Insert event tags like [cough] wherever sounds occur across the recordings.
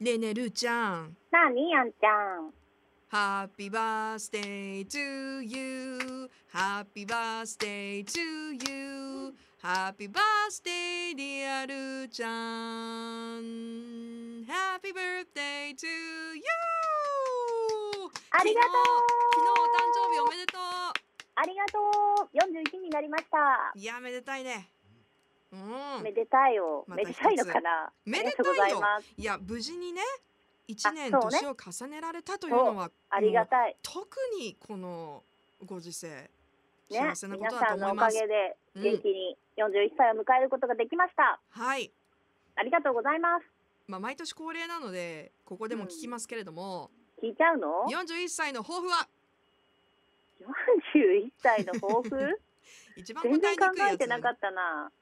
ねえねえるーちゃんなあ、みやんちゃん。 Happy birthday to you Happy birthday to you Happy birthday dear るーちゃん Happy birthday to you あ昨日昨りがとう日お誕生日おめでとありがとう。四十一になりましたう。いやめでたいねうんめでたいよ。まためでたいのかな。めでたいよありがとうございます。いや無事にね一年あそうね年を重ねられたというのはありがたい。特にこのご時世ね幸せ、なこ皆とださと思んのいおまかす、げでうん元気に四十一歳を迎えることができました。はい、ありがとうございます。まあ、毎年恒例なのでここでも聞きますけれども、聞いちゃうの？ 41歳の抱負は四十一歳の抱負？ [laughs] 一番答えに全くい然考えやてつなかったな。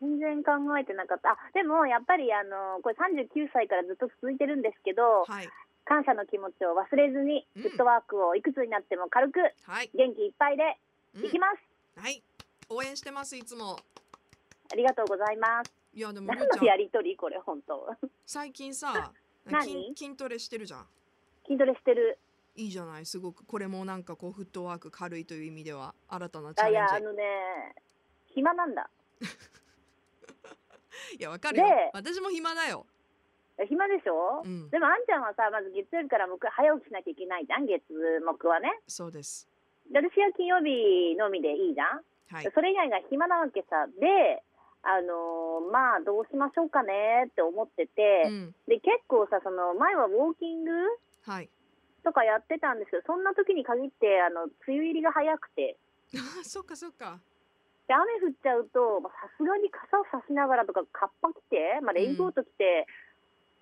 全然考えてなかった。あ、でもやっぱりあのこれ三十九歳からずっと続いてるんですけど、はい感謝の気持ちを忘れずに、うんフットワークをいくつになっても軽くはい、元気いっぱいでうんいきます。はい応援してますいつもありがとうございます。いやでも何ルーのちゃやんりとりこれ本当。最近さ [laughs] 何筋筋トレしてるじゃん筋トレしてる。いいじゃないすごくこれもなんかこうフットワーク軽いという意味では新たなチャレあいンジやあのね暇なんだ。いやわかるよで私も暇だよ、暇でしょう。ん、でもあんちゃんはさまず月曜日から木早起きしなきゃいけないじゃん月木はね。そうですで私は金曜日のみでいいじゃん。はいそれ以外が暇なわけさで。あのーまあどうしましょうかねって思っうてて、んで結構さその前はウォーキングはいとかやってたんですけどそんな時に限ってあの梅雨入りが早くてあそっかそっかで雨降っちゃうとまあさすがに傘を差しながらとかカッパ着て、まあ、レインコート着て、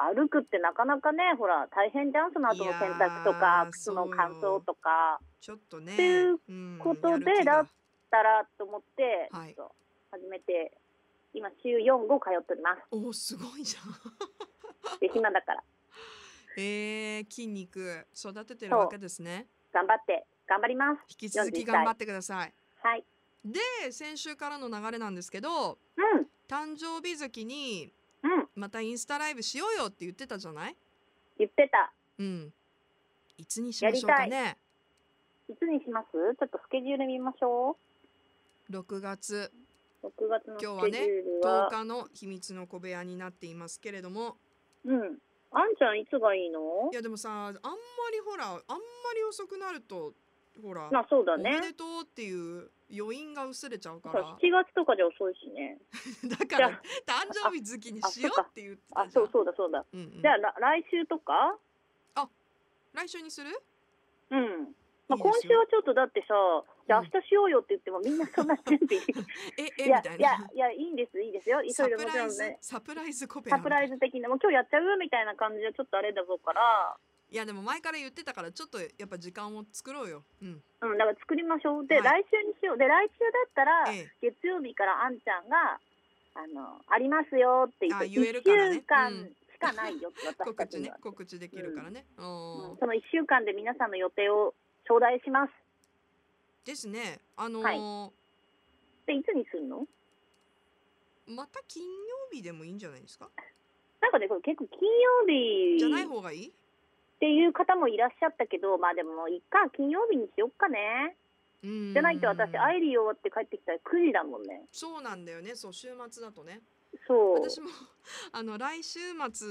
歩くってなかなかねほら大変じゃんその後の洗濯いとやかー靴そのうよ乾燥とかちょっとねていううんことやる気がでだだらっと思って、はいちょっと始めて今週4号通っておりまおーすごいじゃん [laughs] すで暇だからえー、筋肉育ててるわけですね頑張って頑張ります引き続き41頑張ってくださいはいで先週からの流れなんですけどうん誕生日月にうんまたインスタライブしようよって言ってたじゃない言ってたうんいつにしましょうかねいつにしますちょっとスケジュール見ましょ6月う6月の今日スはケねジュールは10日の秘密の小部屋になっていますけれどもうんあんちゃんいつがいいのいやでもさあんまりほらあんまり遅くなるとほらまあそうだおめねでとうっていう余韻が薄れちゃうかそらう7月とかじゃ遅いしね [laughs] だからじゃ誕生日月にしようって言ってあたじゃんそうそうだそうだ、うんうんじゃあら来週とか来週にするうんまいあ、い今です週よはちょっとだってさ、じゃあ明日しようよって言ってもみんなそんな準備 [laughs] ええみいやたいいやないやいいんですいいですよサ急プいでもちライろんズねサプライズコペサプライズズ的なもう今日やっちゃうみたいな感じはちょっとあれだろうからいやでも前から言ってたからちょっとやっぱ時間を作ろうようんうんだから作りましょうで、は来週にしようで来週だったらええ月曜日からあんちゃんがあのありますよって言ってあ言える1からね週間うんしかないよって私 [laughs] 告たち知にねは、告知できるからねううんんその1週間で皆さんの予定を頂戴しますですねあのはーでいつにするのまた金曜日でもいいんじゃないですかなんかねこれ結構金じゃ曜ない日方がいいっていう方もいらっしゃったけどまあでももういっか金曜日にしよっかねじじゃないと私アイリー終わって帰ってきたら9時だもんねそうなんだよねそう週末だとねそう私も [laughs] あの来週末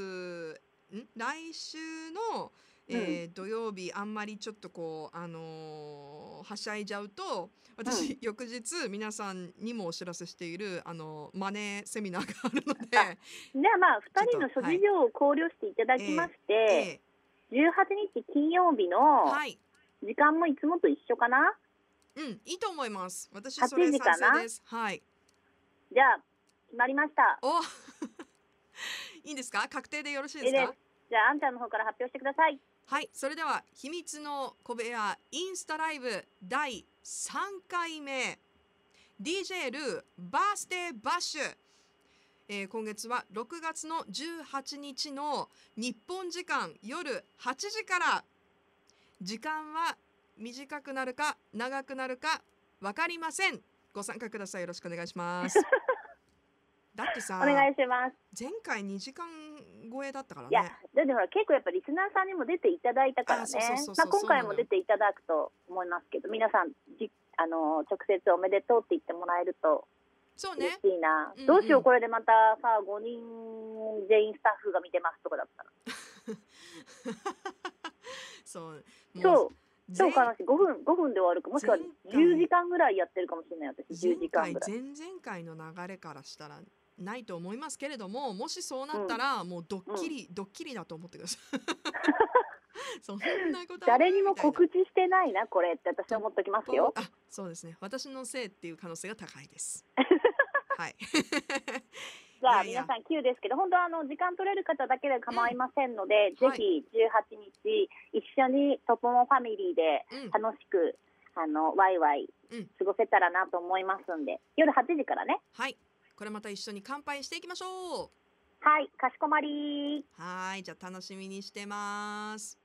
ん来週の、えー土曜日あんまりちょっとこうあのーはしゃいじゃうと私、う翌日皆さんにもお知らせしているあのマネーセミナーがあるので、じゃあまあ2人のちょ諸っとはい事情を考慮していただきましえて、え18日金曜日のはい時間もいつもと一緒かな、うんいいと思います私8それ時賛かな成ですはいじゃあ決まりましたおいいんですか確定でよろしいでえすかですじゃああんちゃんの方から発表してくださいはい、それでは秘密の小部屋インスタライブ第3回目 DJ ルーバースデーバッシュ、えー今月は6月の18日の日本時間夜8時から時間は短くなるか長 [laughs] くなるかわかりませんご参加くださいよろしくお願いしますだってさお願いします。前回2時間超えだったからいやね、だってほら、結構やっぱリスナーさんにも出ていただいたかあらねそうそうそうそう、まあ今回もそうなのよ出ていただくと思いますけど、皆さん、じあの直接おめでとうって言ってもらえるとそう嬉ねしいな、うんうんどうしよう、これでまたさ、5人全員スタッフが見てますとかだったら、そう超超前悲しい、5分 ,5 分で終わるか、もしくは前回10時間ぐらいやってるかもしれない、私、前10時間回ぐらい。前々回の流れからしたらないと思いますけれどももしそうなったらもうドッキリ、ドッキリだと思ってくださ [laughs] いそんなことある誰にもみたいな告知してないな、これって、私は思っときますよ。あそうですね私のせいっていう可能性が高いです [laughs] はい [laughs] じゃあいやいや皆さん急ですけど本当はあの時間取れる方だけで構いませんのうで、んぜひ18日一緒にトポモファミリーでうん楽しく、あのワイワイうん過ごせたらなと思いますんで、夜8時からねはいこれまた一緒に乾杯していきましょうはいかしこまりはいじゃあ楽しみにしてます